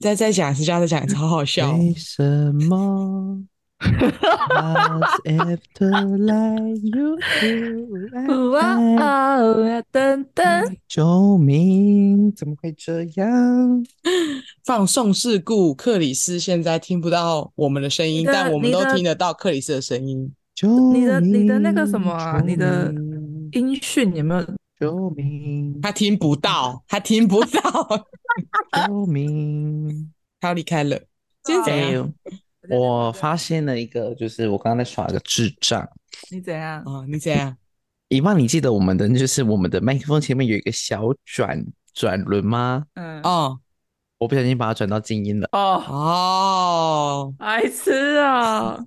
再再讲一次，这样再讲一次，好好笑哦。哎为什么？Cause after like you do, 哇 I 啊哇噔噔，救命！怎么会这样？放送事故，克里斯现在听不到我们的声音，你的但我们你都的听得到克里斯的声音。救你的你的那个什命么啊你的救命音讯有没有？救命！他听不到，他听不到，救命！他要离开了。今天怎 哎样呦，我发现了一个，就是我刚刚在耍个智障。你怎样？啊？你怎样？以往你记得我们的就是我们的麦克风前面有一个小转转轮吗？嗯哦我不小心把它转到静音了。哦，哦，白痴啊！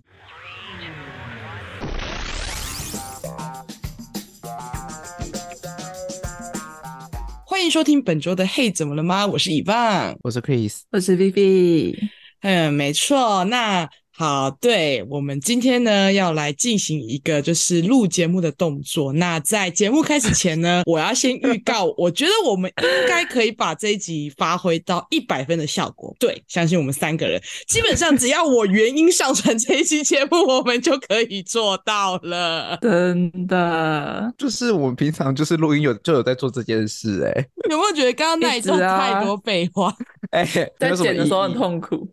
欢迎收听本周的《嘿，怎么了吗？》我是以棒。我是 Chris，我是 Vivi，嗯，没错。那好，对，我们今天呢要来进行一个就是录节目的动作。那在节目开始前呢，我要先预告，我觉得我们应该可以把这一集发挥到一百分的效果。对，相信我们三个人，基本上只要我原音上传这一期节目，我们就可以做到了。真的，就是我们平常就是录音有就有在做这件事、欸，有没有觉得刚刚那一段一直啊太多废话？哎、 没在有什么剪的时候意很义。痛苦。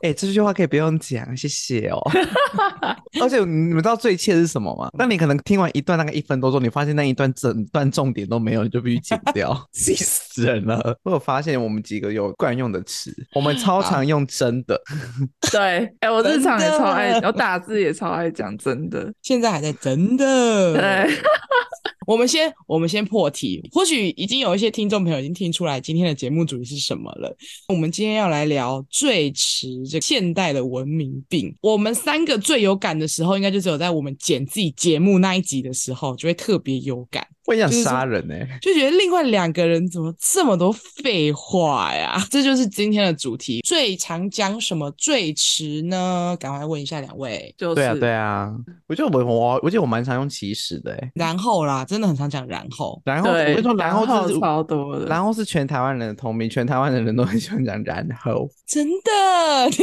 哎、这句话可以不用讲，谢谢 哦。而且你们知道最切的是什么吗？当你可能听完一段大概一分多钟，你发现那一段整段重点都没有，你就必须剪 掉，气死人了。我有发现我们几个有惯用的词，我们超常用真 的，对，哎、我日常也真的超爱，我打字也超爱讲真的。现在还在真的。对，我们先我们先破题，或许已经有一些听众朋友已经听出来今天的节目主题是什么了。我们今天要来聊最迟这个现代的文明病。我们三个最有感的时候，应该就只有在我们剪自己节目那一集的时候，就会特别有感，我也想就是杀人哎、就觉得另外两个人怎么这么多废话呀？这就是今天的主题，最常讲什么最迟呢？赶快问一下两位。就是对啊，对啊，我觉得我我我觉得我蛮常用祈使的、欸，然后啦，真的很常讲然后。然后我对跟你说，然然后就是后超多的然后是全台湾人的通病，全台湾的人都很喜欢讲然后。真的，你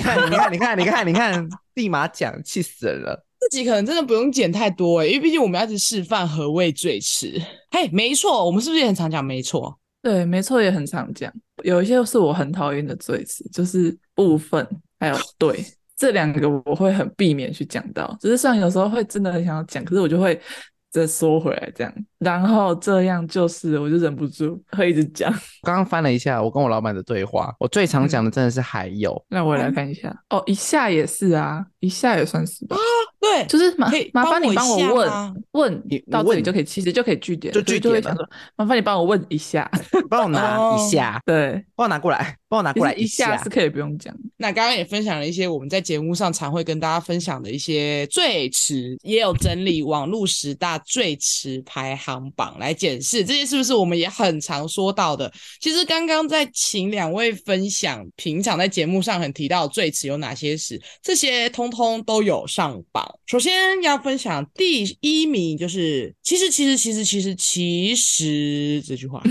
看有讲你看，你看，你看，你看，你看，立马讲，气死人了。自己可能真的不用剪太多欸诶、因为毕竟我们要一直示范何谓最迟。嘿，没错，我们是不是也很常讲没错？对，没错，也很常讲。有一些是我很讨厌的罪词，就是部分还有对这两个，我会很避免去讲到。只是虽然有时候会真的很想要讲，可是我就会再缩回来这样。然后这样就是，我就忍不住会一直讲。刚刚翻了一下我跟我老板的对话，我最常讲的真的是还有，那我来看一下，哦，一下也是啊，一下也算是吧。对，就是麻可以麻帮烦你我一帮下我吗问问你到这问里就可以，其实就可以据点就了，所以据就会点想了说，麻烦你帮我问一下。帮我拿一下，对，帮我拿过来，帮我拿其过来实一下是。可以不用讲的。那刚刚也分享了一些我们在节目上常会跟大家分享的一些最迟，也有整理网络十大最迟排行榜来检视这些是不是我们也很常说到的。其实刚刚在请两位分享平常在节目上很提到的最迟有哪些时，这些通通都有上榜。首先要分享第一名就是，其实其实其实其实其实这句话。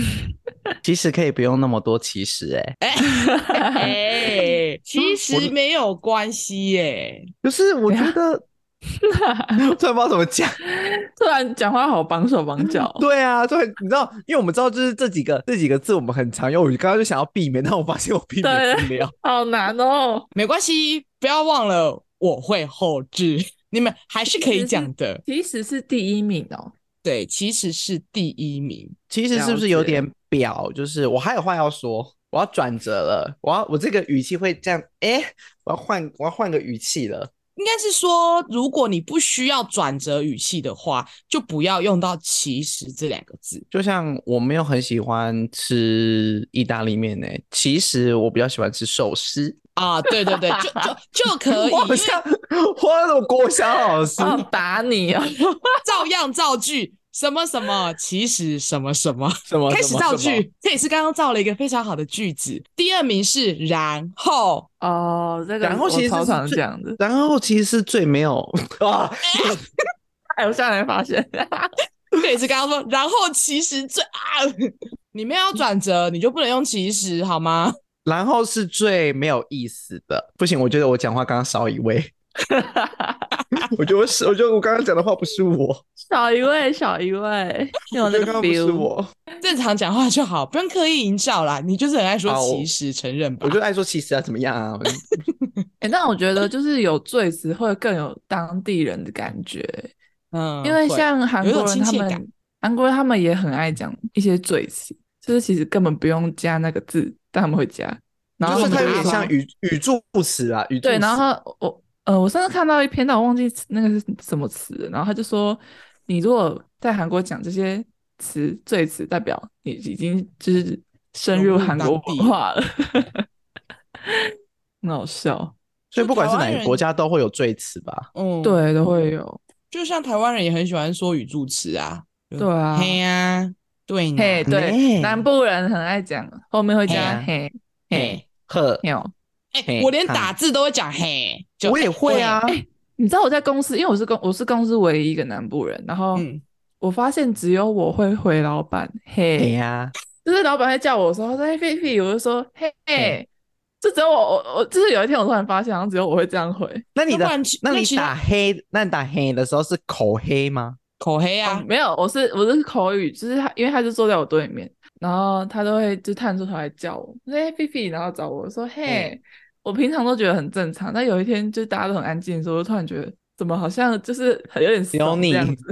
其实可以不用那么多其实，哎，哎，其实没有关系耶、就是我觉得，我突然不知道怎么讲。，突然讲话好绑手绑脚对啊，对，你知道，因为我们知道就是这几个这几个字我们很常用，我刚刚就想要避免，但我发现我避免不了。好难哦。没关系，不要忘了我会后置， 你们还是可以嗯讲的。其实是第一名哦，对，其实是第一名，其实是不是有点表？就是我还有话要说，我要转折了，我要我这个语气会这样，哎、我要换我要换个语气了。应该是说，如果你不需要转折语气的话，就不要用到“其实”这两个字。就像我没有很喜欢吃意大利面呢、其实我比较喜欢吃寿司。啊，对对对，就 就就可以，我因好为像我我国小老师，哦，打你哦，照样造句，什么什么，其实什么什么。什么开始什么造什么句，这也是刚刚造了一个非常好的句子。第二名是然后， 哦，这个然后我其实超是常最讲的，然后其实是最没有啊，哎，我现在才发现， 这也是刚刚说， 然后其实最啊，你们要转折，你就不能用其实好吗？然后是最没有意思的。不行，我觉得我讲话刚刚少一位， 我觉得我是，我觉得我刚刚讲的话不是我，少一位，少一位，有我那觉得个刚刚不是 feel。我，正常讲话就好，不用刻意营造啦。你就是很爱说好其实，承认吧我。就爱说其实啊，怎么样啊？哎、但我觉得就是有最词会更有当地人的感觉，嗯，因为会像韩有一国种亲人他切感们，韩国人他们也很爱讲一些赘词，就是其实根本不用加那个字，但他们会加。然后就是他它们有点就像说语语助词啊，语助对，词然后我呃，我上次看到一篇，但我忘记那个是什么词了，然后他就说，你如果在韩国讲这些词赘词，代表你已经就是深入融入韩国当地文化了， 很好笑。所以不管是台哪湾个人国家都会有赘词吧？嗯，，对，都会有。就像台湾人也很喜欢说语助词啊。对啊嘿啊呀，对呢，嘿，对，嘿南部人很爱讲，后面会加啊嘿嘿嘿嘿呵，嘿哦。哎，嘿我连看打字都会讲嘿，就我也会啊，你知道我在公司，因为我是公我是公司唯一一个南部人，然后嗯我发现只有我会回老板嘿嘿，呀，就是老板会叫我说他说嘿菲菲，我就说嘿嘿嘿，就只有我我我就是有一天我突然发现，好像只有我会这样回，那你要的不然其那那你其打他黑，那你打黑的时候是口黑吗？口黑哦啊，哦没有，我是我是口语，就是他因为他就坐在我对面，然后他都会就探出头来叫我，哎菲菲，然后找我说嘿，嗯我平常都觉得很正常，但有一天就大家都很安静的时候，我就突然觉得怎么好像就是有点只有怂这样你子。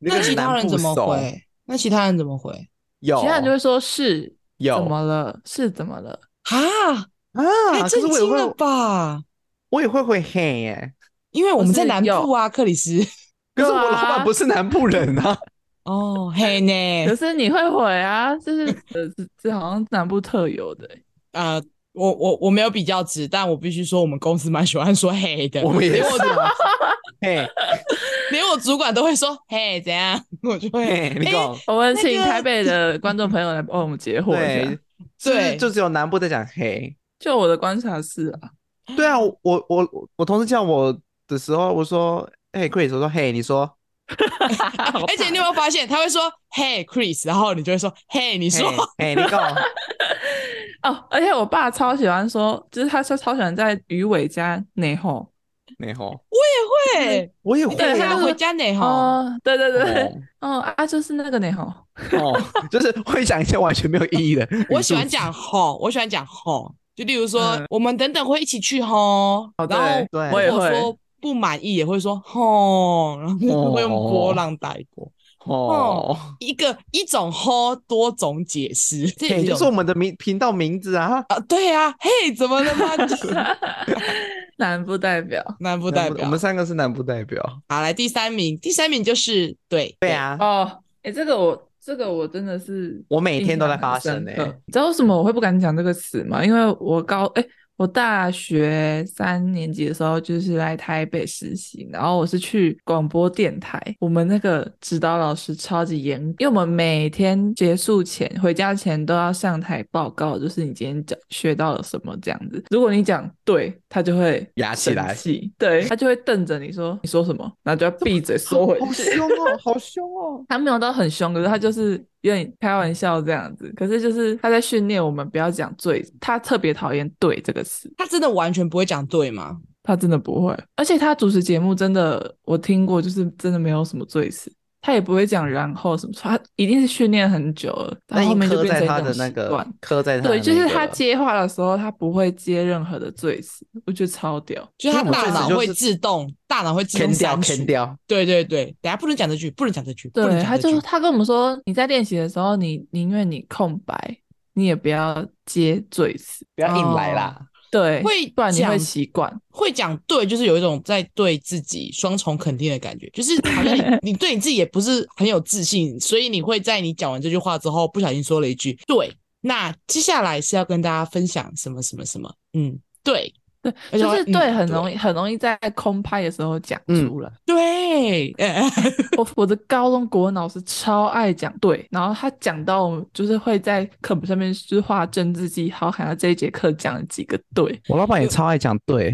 那其他人怎么会？回？那其他人怎么回？有，其他人就会说是有怎么了？是怎么了？啊，啊，太可震是我也惊了会，吧！我也会回嘿耶。因为我们不是在南部啊，克里斯。可是对我啊老板不是南部人啊，哦，嘿呢，哎可是你会回啊，就是呃，这这好像南部特有的欸、啊，我我我没有比较值，但我必须说，我们公司蛮喜欢说嘿的，我们也连是我啊。嘿，连我主管都会说嘿怎样， 我就会嘿，你讲 我们那请个台北的观众朋友来帮我们解惑一下对。，是不是对就只有南部在讲嘿。就我的观察是啊，对啊，我我我我同事叫我的时候，我说嘿 Chris，我说嘿，你说哎而且你有没有发现，他会说“嘿 Chris”，然后你就会说“嘿”，你嘿说，嘿，你讲哦，而且我爸超喜欢说，就是他超超喜欢在鱼尾加内吼。你吼， 对，我也会对，啊他就回家呢哈，哦，对对对，哦啊，就是那个内吼。哦，哦就是会讲一些完全没有意义的语我喜欢助词讲吼，我喜欢讲吼，就例如说嗯我们等等会一起去吼，然后哦对我也如果会说不满意也会说吼，然后会用波浪带过，哦。一个一种吼多种解释，这也嘿，是一就是种我们的名频道名字啊，啊，对啊，嘿，怎么了吗？ 就是 南部代表南部不代表，我们三个是南部代表。好来第三名，第三名就是对对，啊，哦，哎、这个我这个我真的是我每印天都象在很发深生欸呢、刻你知道为什么我会不敢讲这个词吗？因为我高哎、我大学三年级的时候就是来台北实习，然后我是去广播电台，我们那个指导老师超级严，因为我们每天结束前、回家前都要上台报告，就是你今天讲学到了什么这样子。如果你讲对，他就会压起生来气，对他就会瞪着你说你说什么，然后就要闭嘴 缩回好去。凶哦，好凶 哦！他没有到很凶，可是他就是有点开玩笑这样子。可是就是他在训练我们不要讲最，他特别讨厌“对”这个词，他真的完全不会讲对吗？他真的不会。而且他主持节目真的，我听过，就是真的没有什么最词，他也不会讲然后什么，他一定是训练很久了，那他后面就刻变成在一他种的那习个惯。，刻在他的对，就是那个他接话的时候，他不会接任何的最词，我觉得超屌。就因他为我们大最迟脑就是会自动，大脑会自动砍掉，删砍除。掉。对对对，等下不能讲这句，不能讲这句，不能对，讲他这句就他跟我们说，你在练习的时候，你宁愿你空白，你也不要接赘词，不要硬来啦。对，会不然你讲会习惯。会讲对，就是有一种在对自己双重肯定的感觉，就是好像 你你对你自己也不是很有自信，所以你会在你讲完这句话之后，不小心说了一句对。那接下来是要跟大家分享什么什么什么？嗯，对对，而且就会是嗯对，很容易，很容易在空拍的时候讲嗯出来。对，呃 啊我我的高中国文老师超爱讲对，然后他讲到我们就是会在课本上面就是画政治记号，看他这一节课讲了几个对。我老板也超爱讲对，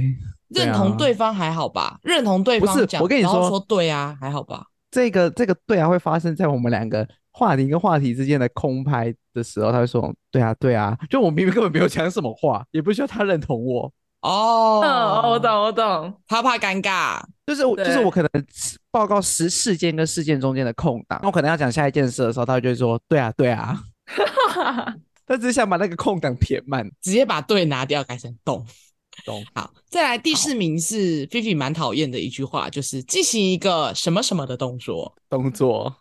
对啊认同对方还好吧？认同对不是方讲，我跟你然后说说对啊，还好吧？这个这个对啊，会发生在我们两个话题跟话题之间的空拍的时候，他会说：“对啊，对啊。”就我明明根本没有讲什么话，也不需要他认同我。哦，嗯， 我懂，我懂，他怕尴尬，就是我，就是对我可能报告十事件跟事件中间的空档，那我可能要讲下一件事的时候，他就会说：“对啊，对啊。哈哈”他只是想把那个空档填满，直接把对拿掉，改成懂。懂？好，再来第四名是菲菲蛮讨厌的一句话，就是进行一个什么什么的动作。动作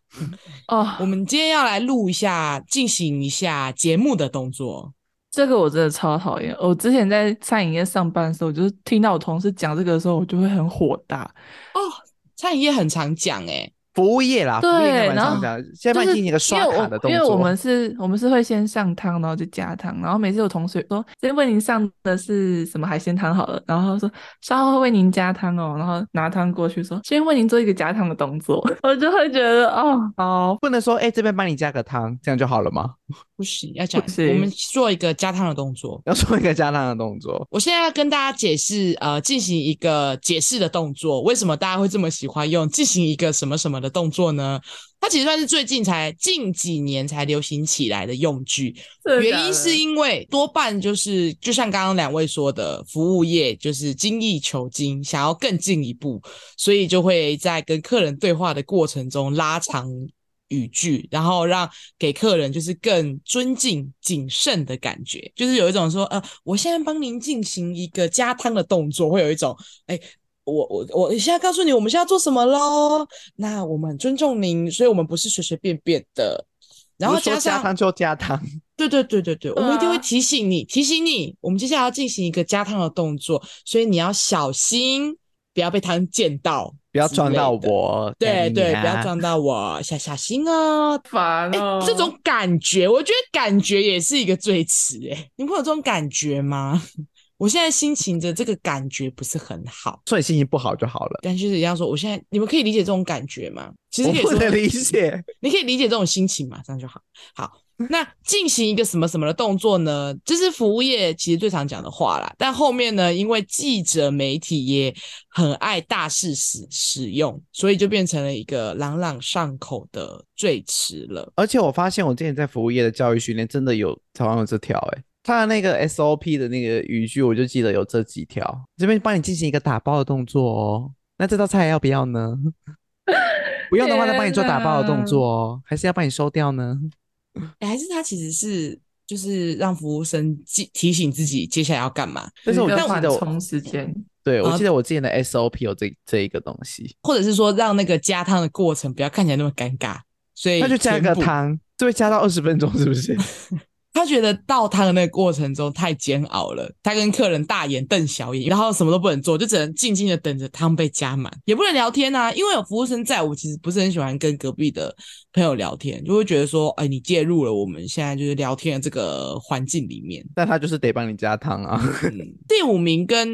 我哦，们今天要来录一下，进行一下节目的动作。这个我真的超讨厌。我之前在餐饮业上班的时候，我就是听到我同事讲这个的时候，我就会很火大。餐饮业很常讲哎、服务业啦，服务业应该对蛮然常后讲，现在就蛮是进行一个刷卡的动作。因为我因为我们是，我们是会先上汤，然后就加汤，然后每次有同学说，先为您上的是什么海鲜汤好了，然后他说稍后为您加汤哦，然后拿汤过去说，先为您做一个加汤的动作， 我就会觉得哦，好，不能说：“哎、这边帮你加个汤，这样就好了吗不行，要讲不行我们做一个加汤的动作？”。要做一个加汤的动作。我现在要跟大家解释，呃，进行一个解释的动作，为什么大家会这么喜欢用进行一个什么什么的动作呢？它其实算是最近才近几年才流行起来的用具，真的假原的因是因为多半就是就像刚刚两位说的，服务业就是精益求精，想要更进一步，所以就会在跟客人对话的过程中拉长语句，然后让给客人就是更尊敬、谨慎的感觉，就是有一种说，呃，我现在帮您进行一个加汤的动作，会有一种，哎。我我我现在告诉你，我们现在要做什么喽？那我们很尊重您，所以我们不是随随便便的。然后不是说加上加汤就加汤，对对对对对，我对们一定会嗯啊提醒你，提醒你，我们接下来要进行一个加汤的动作，所以你要小心，不要被汤溅到，不要撞到。我。对干你啊对，娘不要。撞到我，小小心哦。烦哎、哦，这种感觉，我觉得感觉也是一个最词哎，你会有这种感觉吗？我现在心情的这个感觉不是很好，所以心情不好就好了。但就是人家说，我现在你们可以理解这种感觉吗？其实我可以不说能理 解，你可以理解这种心情嘛，这样就好。好，那进行一个什么什么的动作呢？这是服务业其实最常讲的话啦。但后面呢，因为记者媒体也很爱大肆使使用，所以就变成了一个朗朗上口的最迟了。而且我发现我之前在服务业的教育训练真的有台湾有这条哎、欸，他的那个 SOP 的那个语句，我就记得有这几条。这边帮你进行一个打包的动作哦，那这道菜要不要呢？ 不用的话，再帮你做打包的动作哦，还是要帮你收掉呢？诶还是他其实是就是让服务生记提醒自己接下来要干嘛，但是我就一个记缓得我，冲时间，对我啊记得我之前的 SOP 有这这一个东西，或者是说让那个加汤的过程不要看起来那么尴尬。所以那就加全个部汤，就会加到二十分钟，是不是？ 他觉得倒汤的那个过程中太煎熬了，他跟客人大眼瞪小眼，然后什么都不能做，就只能静静的等着汤被加满，也不能聊天啊，因为有服务生在，我其实不是很喜欢跟隔壁的朋友聊天，就会觉得说，哎，你介入了我们现在就是聊天的这个环境里 面。但他就是得帮你加汤啊。嗯，第五名跟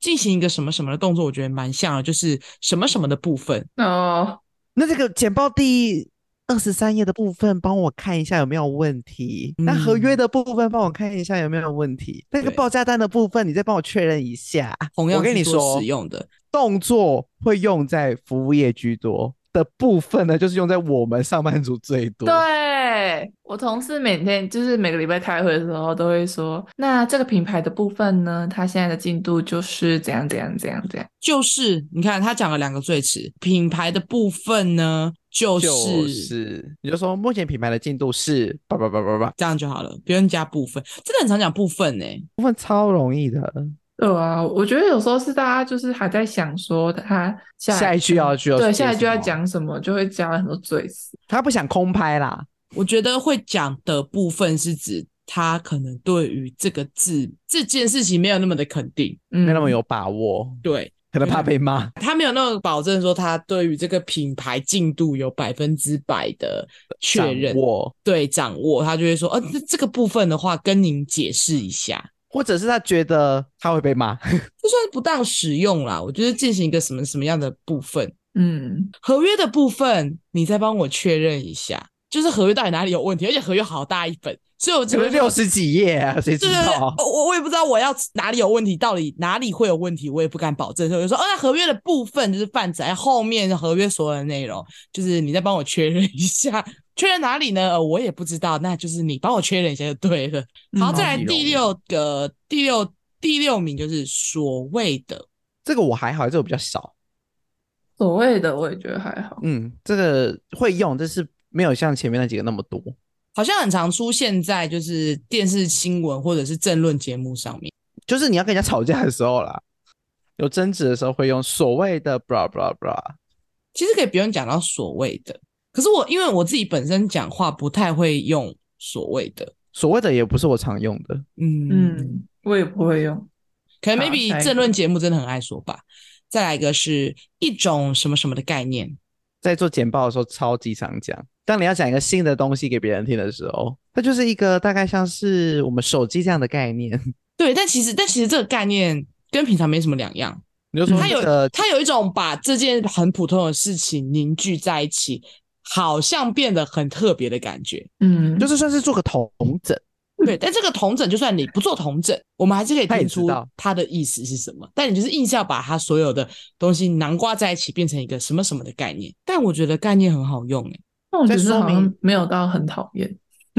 进行一个什么什么的动作，我觉得蛮像的，就是什么什么的部分。哦，那这个简报第二十三页的部分，帮我看一下有没有问题。那合约嗯的部分，帮我看一下有没有问题。那个对报价单的部分，你再帮我确认一下。同样我跟是你做说使，用的，动作会用在服务业居多的部分呢，就是用在我们上班族最多。对，我同事每天就是每个礼拜开会的时候都会说，那这个品牌的部分呢，它现在的进度就是怎样怎样怎样怎样。就是你看他讲了两个最迟，品牌的部分呢，就就是，你就说目前品牌的进度是叭叭叭叭叭，这样就好了，不用加部分，真的很常讲部分欸呢、部分超容易的，对啊，我觉得有时候是大家就是还在想说他下下一句要就要对接下一句要什么讲什么，就会加了很多赘词。他不想空拍啦。我觉得会讲的部分是指他可能对于这个字这件事情没有那么的肯定，嗯，没那么有把握，对可能怕被骂。他没有那种保证说他对于这个品牌进度有百分之百的 确认，我对掌握，他就会说，呃，这这个部分的话跟您解释一下。或者是他觉得他会 被骂，就算是不当使用啦，我觉得进行一个什么什么样的部分，嗯，合约的部分，你再帮我确认一下，就是合约到底哪里有问题，而且合约好大一本，所以我只可会能六十几页啊，谁知对对对，道我？我我也不知道我要哪里有问题，到底哪里会有问题，我也不敢保证。所以我就说，哦，那合约的部分就是泛指，哎，后面合约所有的内容，就是你再帮我确认一下，确认哪里呢？呃，我也不知道，那就是你帮我确认一下就对了。好，嗯再来好第六个，第六第六名就是所谓的这个我还好，这个我比较少。所谓的我也觉得还好，嗯，这个会用，但是没有像前面那几个那么多。好像很常出现在就是电视新闻或者是政论节目上面。就是你要跟人家吵架的时候啦，有争执的时候会用所谓的 blah blah blah。其实可以不用讲到所谓的，可是我因为我自己本身讲话不太会用所谓的，所谓的也不是我常用的，嗯，嗯，我也不会用，可能好 maybe 下一个政论节目真的很爱说吧。再来一个是一种什么什么的概念，在做简报的时候超级常讲。当你要讲一个新的东西给别人听的时候，它就是一个大概像是我们手机这样的概念。对，但其实但其实这个概念跟平常没什么两样。你就说它这有个它有一种把这件很普通的事情凝聚在一起，好像变得很特别的感觉。嗯，就是算是做个统整，对，但这个同整，就算你不做同整，我们还是可以他也听知出道它的意思是什么。但你就是硬是要把它所有的东西囊括在一起，变成一个什么什么的概念。但我觉得概念很好用、欸，那我觉在得说好像明没有到很讨厌，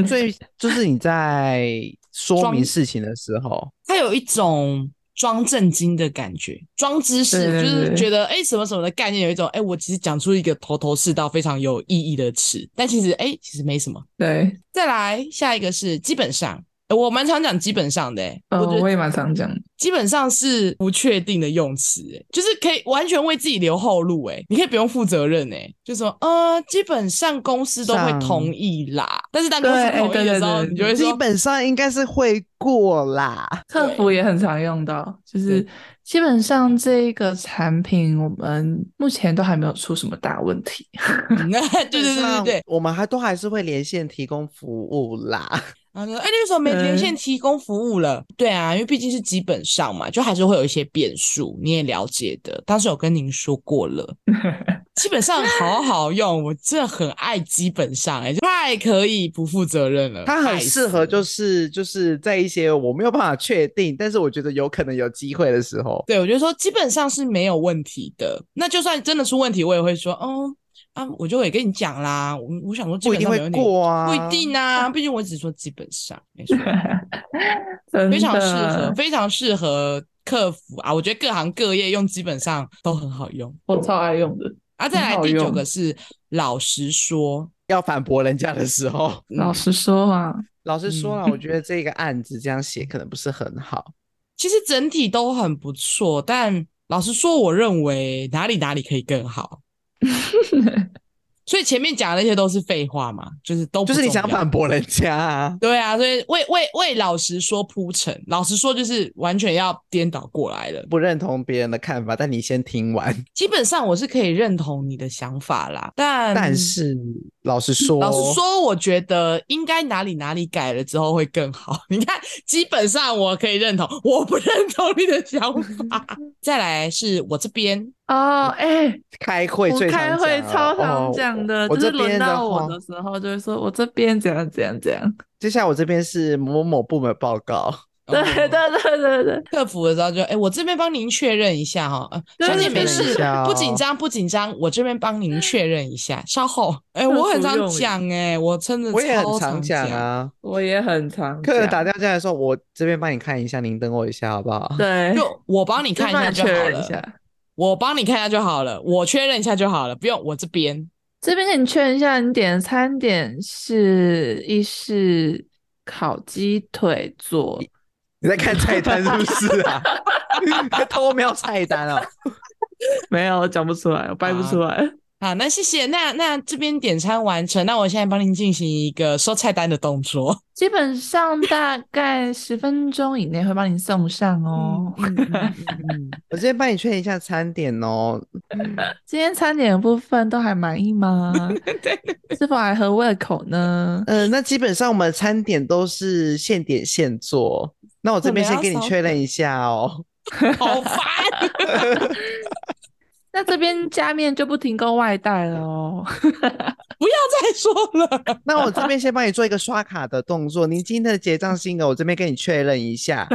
所以就是你在说明装事情的时候，它有一种装震惊的感觉，装知识，对对就是对觉得哎、诶什么什么的概念，有一种哎、诶我其实讲出一个头头是道、非常有意义的词，但其实哎、诶其实没什么。对，再来下一个是基本上，呃我蛮常讲基本上的、欸，嗯，我觉我得也蛮常讲，基本上是不确定的用词、欸，就是可以完全为自己留后路、欸，你可以不用负责任、欸，就说呃，基本上公司都会上同意啦，但是当公司对同意对的对时候，对你就会基说本上应该是会过啦。客服也很常用到，就是基本上这个产品我们目前都还没有出什么大问 题。嗯对对对对对，，我们还都还是会连线提供服务 啦。然后就说，哎、那为什么没连线提供服务了？对啊，因为毕竟是基本上嘛，就还是会有一些变数，你也了解的。当时有跟您说过了，基本上好好用，我真的很爱基本上、哎，太可以不负责任了，它很太适合死就了是就是在一些我没有办法确定，但是我觉得有可能有机会的时候，对我觉得说基本上是没有问题的。那就算真的出问题，我也会说，哦啊，我就也跟你讲啦，我我想说基不一本上定没会问题。过啊，不一定啊， 毕竟我只说基本上，没错。真的非常适合，非常适合客服啊！我觉得各行各业用基本上都很好用我超爱用的。啊。再来很好第用九个是老实说，要反驳人家的时 候。老实说啊，老实说啦，嗯我觉得这个案子这样写可能不是很好。其实整体都很不错，但老实说，我认为哪里哪里可以更 好。所以前面讲的那些都是废话嘛，就是都 不就是你重要想反驳人家啊，对啊，所以为为为老实说铺陈，老实说就是完全要颠倒过来了。不认同别人的看法，但你先听完。基本上我是可以认同你的想法啦，但但是老实说，老实，说，我觉得应该哪里哪里改了之后会更好。 你看，基本上我可以认同，我不认同你的想法。再来是我这边，哦，哎、开会我最常开会讲啊超哦常讲的，我就是这边轮到话我的时候就会说，我这边怎样怎样怎样。接下来我这边是某某某部门报告，哦对对的，对对对，客服的时候就，哎、我这边帮您确认一下哈、呃对小姐对没对事确认一下，哦不紧张不紧张，我这边帮您确认一下，稍后。哎、我很常嗯客服用语讲哎、我真的我也超很常讲讲。啊。我也很常客人讲打电话进来说：“我这边帮你看一下，您等我一下好不好对，就我帮 你你看一下就确好认一了，下，我帮你看一下就好了，我确认一下就好了，不用我这边。这边给你确认一下，你点的餐点是意式烤鸡腿做，？”你在看菜单是不是啊？在偷瞄菜单啊？没有我讲不出来，我掰不啊出来。好，那谢谢。那那这边点餐完成，那我现在帮您进行一个收菜单的动作。 基本上大概十分钟以内会帮你送上哦。 嗯嗯嗯嗯我这边帮你确认一下餐点哦。今天餐点的部分都还满意 吗？是否还合胃口呢？嗯、那基本上我们的餐点都是现点现做。那我这边先跟你确认一下哦。嗯好烦。那这边加面就不提供外带了 哦。不要再说了。那我这边先帮你做一个刷卡的动作，您今天的结账金额我这边跟你确认一下。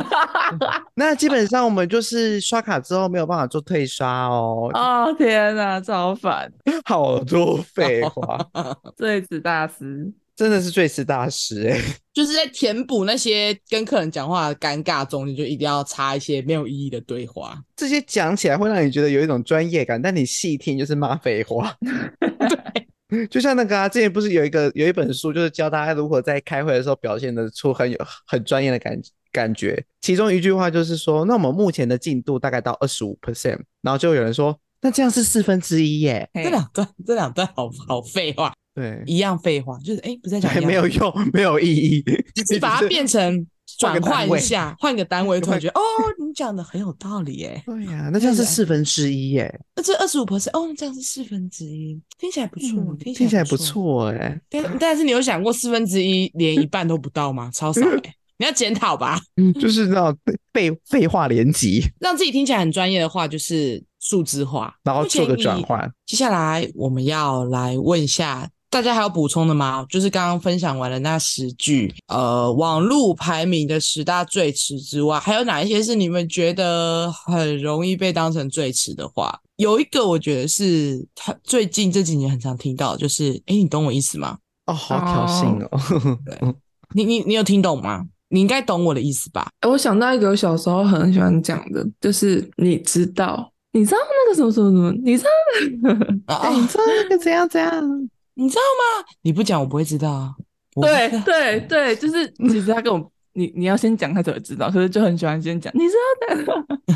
那基本上我们就是刷卡之后没有办法做退刷 哦，哦天哪，超烦，好多废话，最子大师。真的是最是大师哎、就是在填补那些跟客人讲话的尴尬中，你就一定要插一些没有意义的对话。 这些讲起来会让你觉得有一种专业感，但你细听就是骂废话。 对， 就像那个啊，之前不是有一个有一本书，就是教大家如何在开会的时候表现得出很有很专业的感感觉。其中一句话就是说，那我们目前的进度大概到二十五 percent，然后就有人说，那这样是四分之一耶。这两段，这两段好好废话， 对，一样废话，就是哎，不是在讲一对，样没有用，没有意义。你把它就是变成换个转换单一位下，换个单位，突然 换觉得哦，你讲的很有道理耶。对呀、 那这样是四分之一耶，那这二十五 percent 哦，这样是四分之一，听起来不错，嗯听听起来不不。错哎。但但是你有想过四分之一连一半都不到吗？超少 哎，你要检讨吧， 就是那种废废话连集，让自己听起来很专业的话就是数字化，然后目前做个以转换。接下来我们要来问一下，大家还有补充的吗？就是刚刚分享完了那十句，呃，网络排名的十大最迟之外，还有哪一些是你们觉得很容易被当成最迟的话？有一个我觉得是他最近这几年很常听到的，就是诶，你懂我意思吗？哦，好挑衅哦！ 你你你有听懂吗？你应该懂我的意思吧？哎，我想到一个我小时候很喜欢讲的，就是你知道，你知道那个什么什么什么，你知道那个啊、哎、你知道那个怎样怎样？你知道吗？你不讲我不会知道啊。我不知对道对对， 就是其实他跟我，你你要先讲，他才会知道，可是就很喜欢先讲，你知道的，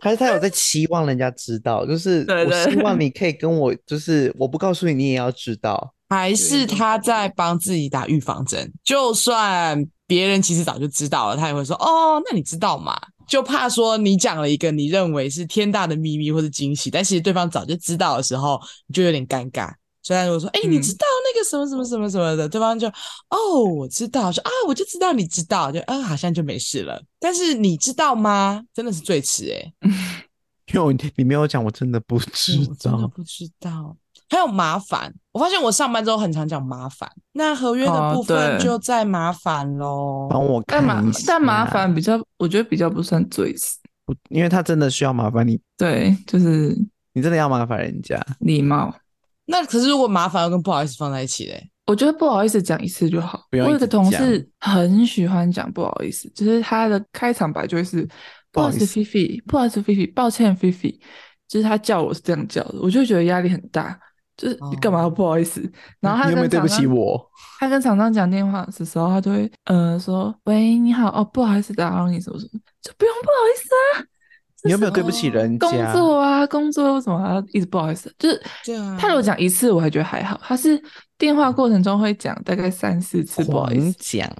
还是他有在期望人家知道？就是对对我希望你可以跟我，就是我不告诉你，你也要知道。还是他在帮自己打预防针？就算别人其实早就知道了，他也会说：“哦，那你知道嘛？”就怕说你讲了一个你认为是天大的秘密或是惊喜，但其实对方早就知道的时候，你就有点尴尬。所以他如果说：“哎、嗯你知道那个什么什么什么什么的”，对方就：“哦，我知道。”说：“啊，我就知道你知道。就”嗯，好像就没事了。但是你知道吗？真的是最迟欸诶、因为我你没有讲，我真的不知嗯我真的道。不知道。还有麻烦，我发现我上班之后很常讲麻烦，那合约的哦部分对就在麻烦喽。帮我但麻看一下，但麻，烦比较，我觉得比较不算最死，因为他真的需要麻烦你，对，就是你真的要麻烦人家。礼貌。那可是如果麻烦又跟不好意思放在一起嘞，我觉得不好意思讲一次就好。不用我有一直个同讲事很喜欢讲不好意思，就是他的开场白就会是不好意思不好菲菲，不好意思菲菲，抱歉菲菲，就是他叫我是这样叫的，我就觉得压力很大，就是哦你干嘛要不好意思？然后他啊你有没有对跟不厂起商，我？他跟厂商讲电话的时候，他就会嗯、呃说喂你好哦不好意思打扰你什么什么，就不用不好意思啊。这你有没有是对哦不起人工家？作啊，工作为什么还要一直不好意思？就是对啊他如果讲一次，我还觉得还好。他是电话过程中会讲大概三四哦次不好意狂思，讲，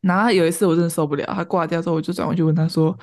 然后有一次我真的受不了，他挂掉之后，我就转过去问他说：“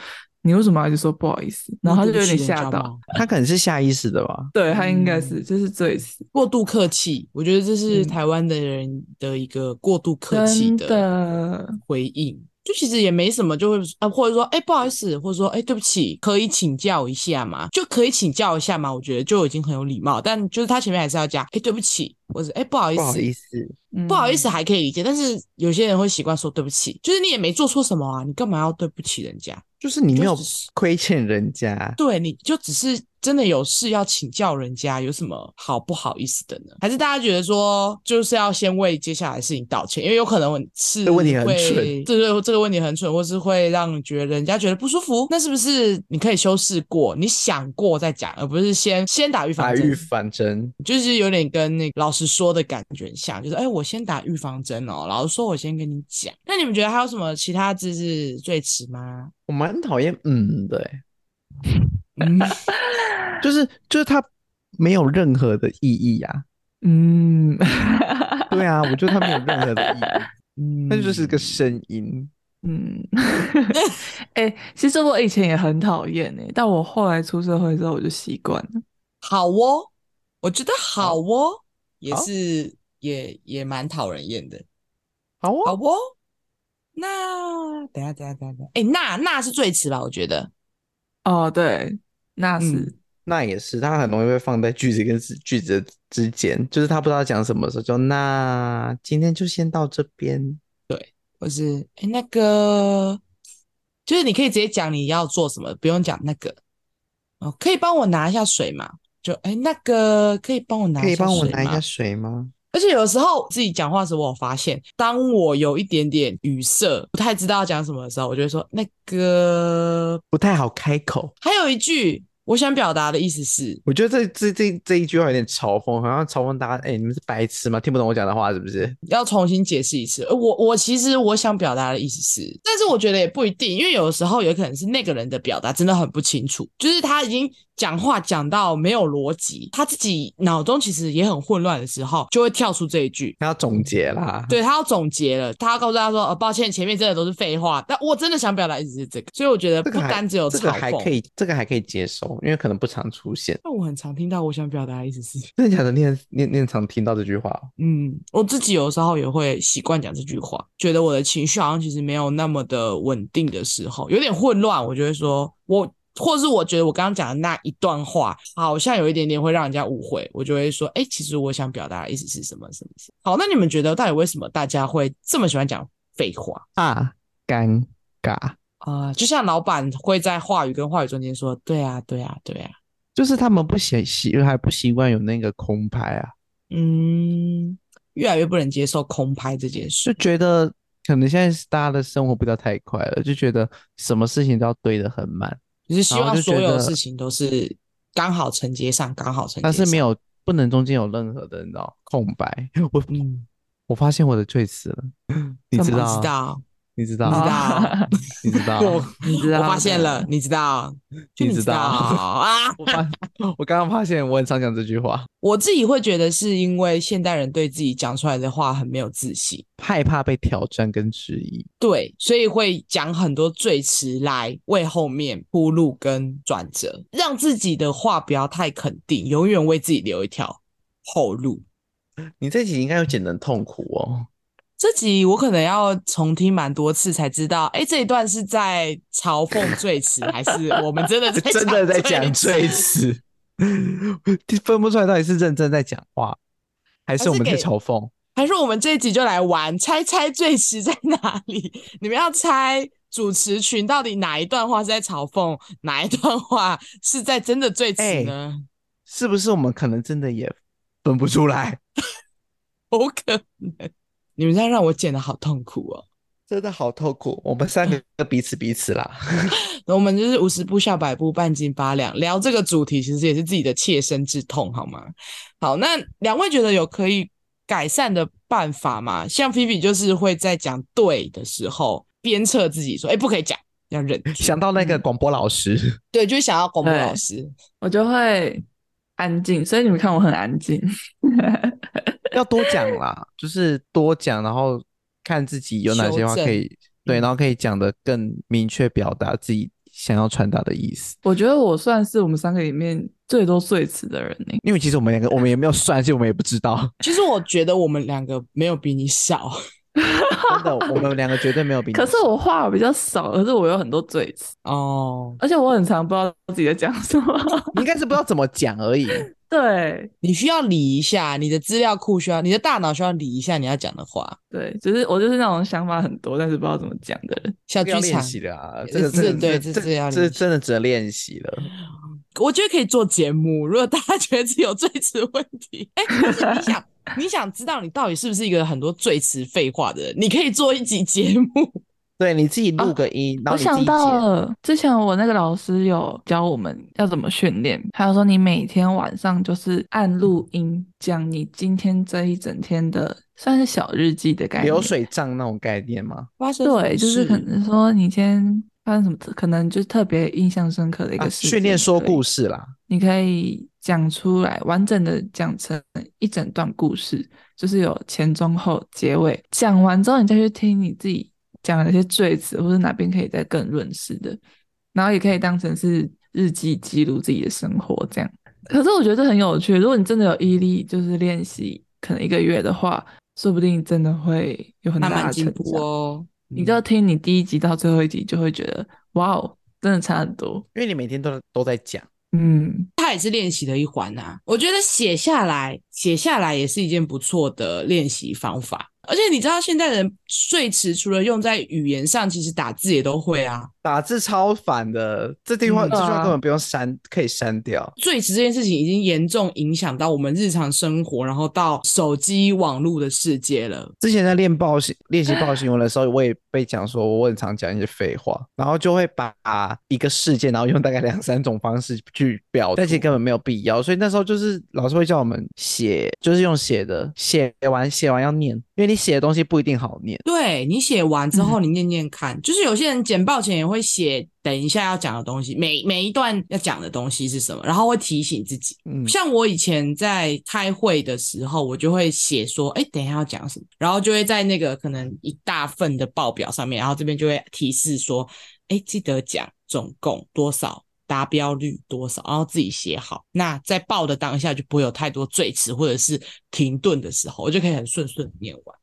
你为什么要一直说不好意思？”然后他就有点吓到，。他可能是下意识的吧。对他应该嗯是就是这一次，过度客气，我觉得这是嗯台湾的人的一个过度客气真的回应。就其实也没什么，就会啊，或者说，哎、不好意思，或者说，哎、对不起，可以请教一下吗？就可以请教一下嘛，我觉得就已经很有礼貌。但就是他前面还是要加，哎、对不起，或者哎、不好意不思，好意思，不好意思嗯还可以理解。但是有些人会习惯说对不起，就是你也没做错什么啊，你干嘛要对不起人家？就是你没有就只亏欠人家。对，你就只是真的有事要请教人家，有什么好不好意思的呢？还是大家觉得说，就是要先为接下来的事情道歉，因为有可能是这个问题很会蠢这个这个问题很蠢，或是会让你觉得人家觉得不舒服。那是不是你可以修饰过，你想过再讲，而不是先先打预打防预针？防针，就是有点跟那个老师说的感觉很像，就是哎、我先打预防针哦，老师说我先跟你讲。那你们觉得还有什么其他字是最迟吗？我蛮讨厌嗯的欸、 嗯，就是就是它没有任何的意义啊。嗯，对啊，我觉得它没有任何的意 义，嗯那就是个声音。 嗯，哎、其实我以前也很讨厌哎，但我后来出社会之后我就习惯了。好哦，我觉得好哦，也好是也也蛮讨人厌的。好好哦，哦，那等一下等一下等一下等一下，哎，那那是最迟吧？我觉得哦，对，那是嗯那也是，它很容易被放在句子跟字句子之间，就是他不知道讲什么的时候，就那今天就先到这边。或是哎、诶那个，就是你可以直接讲你要做什么，不用讲那个。哦，可以帮我拿一下水吗？就哎、诶那个可以帮我拿可一以下帮我水拿一吗下？水吗？而且有时候自己讲话的时候，我有发现，当我有一点点语塞，不太知道要讲什么的时候，我就会说那个。不太好开口。还有一句我想表达的意思是，我觉得这这这这一句话有点嘲讽，好像嘲讽大家，哎、你们是白痴吗？听不懂我讲的话是不是？要重新解释一次。呃我我其实我想表达的意思是，但是我觉得也不一定，因为有的时候有可能是那个人的表达真的很不清楚，就是他已经讲话讲到没有逻辑，他自己脑中其实也很混乱的时候，就会跳出这一句。他要总结啦。对他要总结了，他要告诉大家说：“呃，抱歉，前面真的都是废话，但我真的想表达的意思是这个，所以我觉得这不个还单只有这嘲个讽，还可以，这个还可以接受，因为可能不常出现。但我很常听到我想表达的意思是，真的假的？你很你你很常听到这句话哦、嗯，我自己有时候也会习惯讲这句话，觉得我的情绪好像其实没有那么的稳定的时候，有点混乱，我就会说，我或是我觉得我刚刚讲的那一段话好像有一点点会让人家误会，我就会说，哎、其实我想表达的意思是什么什么什么。好，那你们觉得到底为什么大家会这么喜欢讲废话啊，尴尬，啊、就像老板会在话语跟话语中间说，对啊，对啊，对啊，就是他们不习习还不习惯有那个空拍啊，嗯，越来越不能接受空拍这件事就。觉得可能现在是大家的生活步调太快了，就觉得什么事情都要堆得很满，就是希然后望就所觉有得事情都是刚好承接上，刚好承接但是没上，有不能中间有任何的你知道空白。我嗯，我发现我的最词了，你怎知么道？啊知道？你知你知道？啊道？哦你知道？啊我你知我道发现的了，你知 道？就你知知道 啊！我发 我刚刚发现我很常讲这句话，我自己会觉得是因为现代人对自己讲出来的话很没有自信，害怕被挑战跟质疑。对，所以会讲很多赘词来为后面铺路跟转折，让自己的话不要太肯定，永远为自己留一条后路。你这集应该有剪得痛苦哦。这集我可能要重听蛮多次才知道，哎，这一段是在嘲讽最迟，还是我们真的在 真的在讲讲最最迟？词，分不出来到底是认真在讲话，还还是是我们在给嘲讽。还是我们这一集就来玩猜猜最迟在哪里？你们要猜主持群到底哪一段话是在嘲讽，哪一段话是在真的最迟哎呢？是不是我们可能真的也分不出来？有可能，你们这样让我剪的好痛苦哦。真的好痛苦，我们三个彼此彼 此啦。我们就是五十步笑百步，半斤八两。聊这个主题，其实也是自己的切身之痛，好吗？好，那两位觉得有可以改善的办法吗？像菲比就是会在讲对的时候鞭策自己说：“哎、不可以讲，要忍住。想到那个广播老 师，”对，就是想要广播对老师，我就会安静，所以你们看我很安静。 要多讲啦，就是多讲，然后看自己有哪些话修正可以对，嗯然后可以讲的更明确，表达自己想要传达的意思。我觉得我算是我们三个里面最多最迟的人欸呢、因为其实我们两个，我们也没有算，其实我们也不知道， 其实我觉得我们两个没有比你少，真的，我们两个绝对没有比你少。可是我话比较少，可是我有很多最迟，哦。而且我很常不知道自己在讲什么。 你应该是不知道怎么讲而已。对你需要理一下，你的资料库需要，你的大脑需要理一下你要讲的话。对，就是我就是那种想法很多，但是不知道怎么讲的人。小这个要剧练场，习的啊，也这个是真对的这这是要这练习真的只能练习了。我觉得可以做节目。如果大家觉得自己有最词问题， 哎、但是你想你想知道你到底是不是一个很多最词废话的人，你可以做一集节 目。对，你自己录个音，然后我你自想己到剪。了，之前我那个老师有教我们要怎么训练，他有说你每天晚上就是按录音讲你今天这一整天的，算是小日记的概念。流水账那种概念吗？发生什么对，就是可事能说你今天发生什么，可能就是特别印象深刻的一啊个事、训练说故事，事啦，你可以讲出来，完整的讲成一整段故事，就是有前中后结尾。讲完之后，你再去听你自己讲的那些赘词，或者哪边可以再更润饰的，然后也可以当成是日记记录自己的生活这样。可是我觉得这很有趣，如果你真的有毅力，就是练习可能一个月的话，说不定真的会有很慢大慢的进成长步。哦。你嗯就听你第一集到最后一集，就会觉得哇哦，真的差很多。因为你每天都都在讲， 嗯，他也是练习的一环啊。我觉得写下来，写下来也是一件不错的练习方法。而且你知道，现在人最迟除了用在语言上，其实打字也都会啊。打字超烦的，这句话、嗯这句对话啊根本不用删，可以删掉。最迟这件事情已经严重影响到我们日常生活，然后到手机网络的世界了。之前在练报新练习报新闻的时候，我也被讲说我很常讲一些废话，然后就会把一个事件，然后用大概两三种方式去表达，但其实根本没有必要。所以那时候就是老师会叫我们写，就是用写的，写完写完要念，因为你写的东西不一定好念。对你写完之后，你念念看，就是有些人简报前也会写等一下要讲的东西，每每一段要讲的东西是什么，然后会提醒自己。嗯，像我以前在开会的时候，我就会写说，哎，等一下要讲什么，然后就会在那个可能一大份的报表上面，然后这边就会提示说，哎，记得讲总共多少。达标率多少，然后自己写好。那在报的当下就不会有太多最迟或者是停顿的时候，我就可以很顺顺地念完。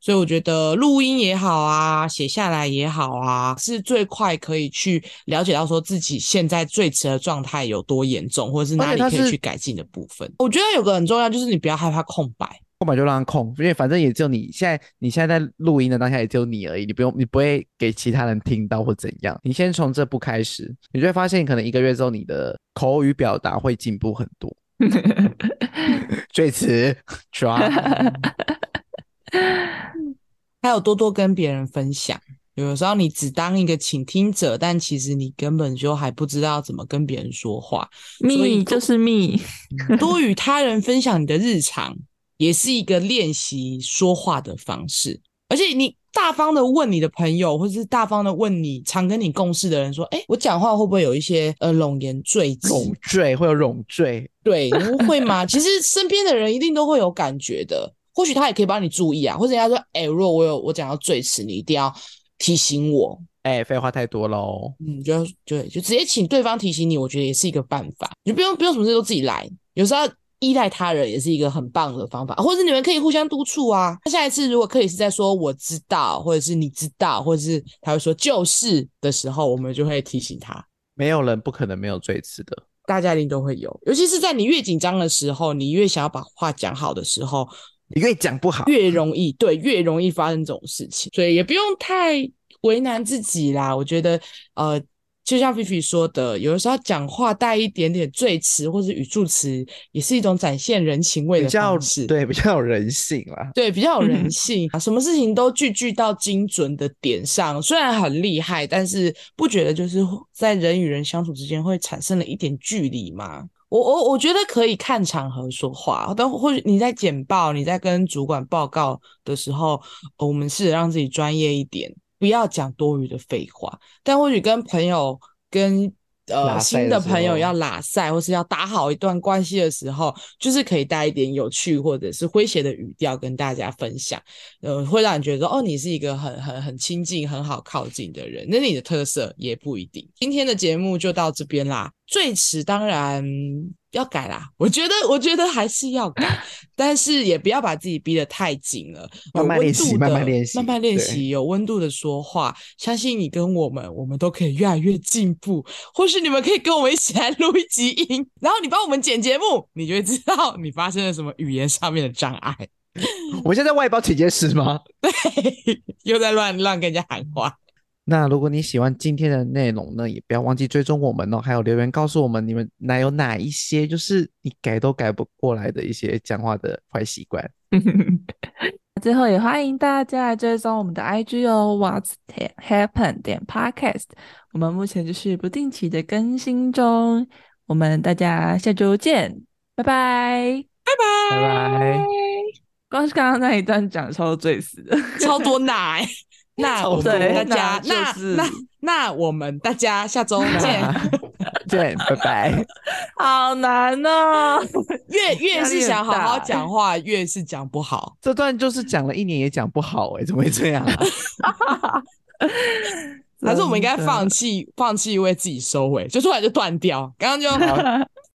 所以我觉得录音也好啊，写下来也好啊，是最快可以去了解到说自己现在最迟的状态有多严重，或者是哪而且里它可以是去改进的部分。我觉得有个很重要就是你不要害怕空白，空白就让它空，因为反正也只有你现在，你现在在录音的当下也只有你而已，你不用，你不会给其他人听到或怎样。你先从这步开始，你就会发现，可能一个月之后，你的口语表达会进步很多。最迟抓， 还有多多跟别人分享。有的时候你只当一个倾听者，但其实你根本就还不知道怎么跟别人说话。所以密多就是密，多与他人分享你的日常，也是一个练习说话的方式。而且你大方的问你的朋友，或者是大方的问你常跟你共事的人说：“哎、我讲话会不会有一些呃冗言赘字？冗赘会有冗赘，对，你们会吗？” 其实身边的人一定都会有感觉的。或许他也可以帮你注意啊，或者人家说：“哎、如果我有我讲到最迟，你一定要提醒我。”哎、废话太多喽。嗯，就要对，就直接请对方提醒你，我觉得也是一个办法。你不用不用什么事都自己来，有时候依赖他人也是一个很棒的方法，或者你们可以互相督促啊。那下一次如果克里斯在说我知道，或者是你知道，或者是他会说就是的时候，我们就会提醒他。没有人不可能没有最迟的。大家一定都会有，尤其是在你越紧张的时候，你越想要把话讲好的时候，你越讲不好，越容易对，越容易发生这种事情，所以也不用太为难自己啦。我觉得，呃，就像菲菲说的，有的时候讲话带一点点赘词或是语助词，也是一种展现人情味比的较方式。对，比较有人性啦。对，比较有人嗯性啊，什么事情都句句到精准的点上，虽然很厉害，但是不觉得就是在人与人相处之间会产生了一点距离吗？我我我觉得可以看场合说话，但或许你在简报、你在跟主管报告的时候，呃我们试着让自己专业一点，不要讲多余的废话。但或许跟朋友、跟呃拉塞新的的时朋友候要拉塞，或是要打好一段关系的时候，就是可以带一点有趣或者是诙谐的语调跟大家分享，呃，会让你觉得说哦，你是一个很很很亲近、很好靠近的人，那你的特色也不一定。今天的节目就到这边啦，最迟当然。要改啦，我觉得，我觉得还是要改，但是也不要把自己逼得太紧了，慢有慢温练习度慢的慢练习慢慢练对习，有温度的说话，相信你跟我们，我们都可以越来越进步。或许你们可以跟我们一起来录一集音，然后你帮我们剪节目，你就会知道你发生了什么语言上面的障碍， 我们现在外包体检师吗？又在乱乱跟人家喊话。那如果你喜欢今天的内容呢，也不要忘记追踪我们哦，还有留言告诉我们你们哪有哪一些就是你改都改不过来的一些讲话的坏习惯。 最后也欢迎大家来追踪我们的 IG 哦，What's Happen 点 Podcast。我们目前就是不定期的更新中，我们大家下周见，拜拜。拜拜。光是刚刚那一段讲超最死的， 超 多奶。那超我多们大那家，就那是那那我们大家下周见。 对，拜拜。好难哦。越越压力是很想好好大讲话，越是讲不好。这段就是讲了一年也讲不好哎、怎么会这样、啊？还是我们应该真的 放弃，放弃为自己收尾，就突然就断掉。刚刚就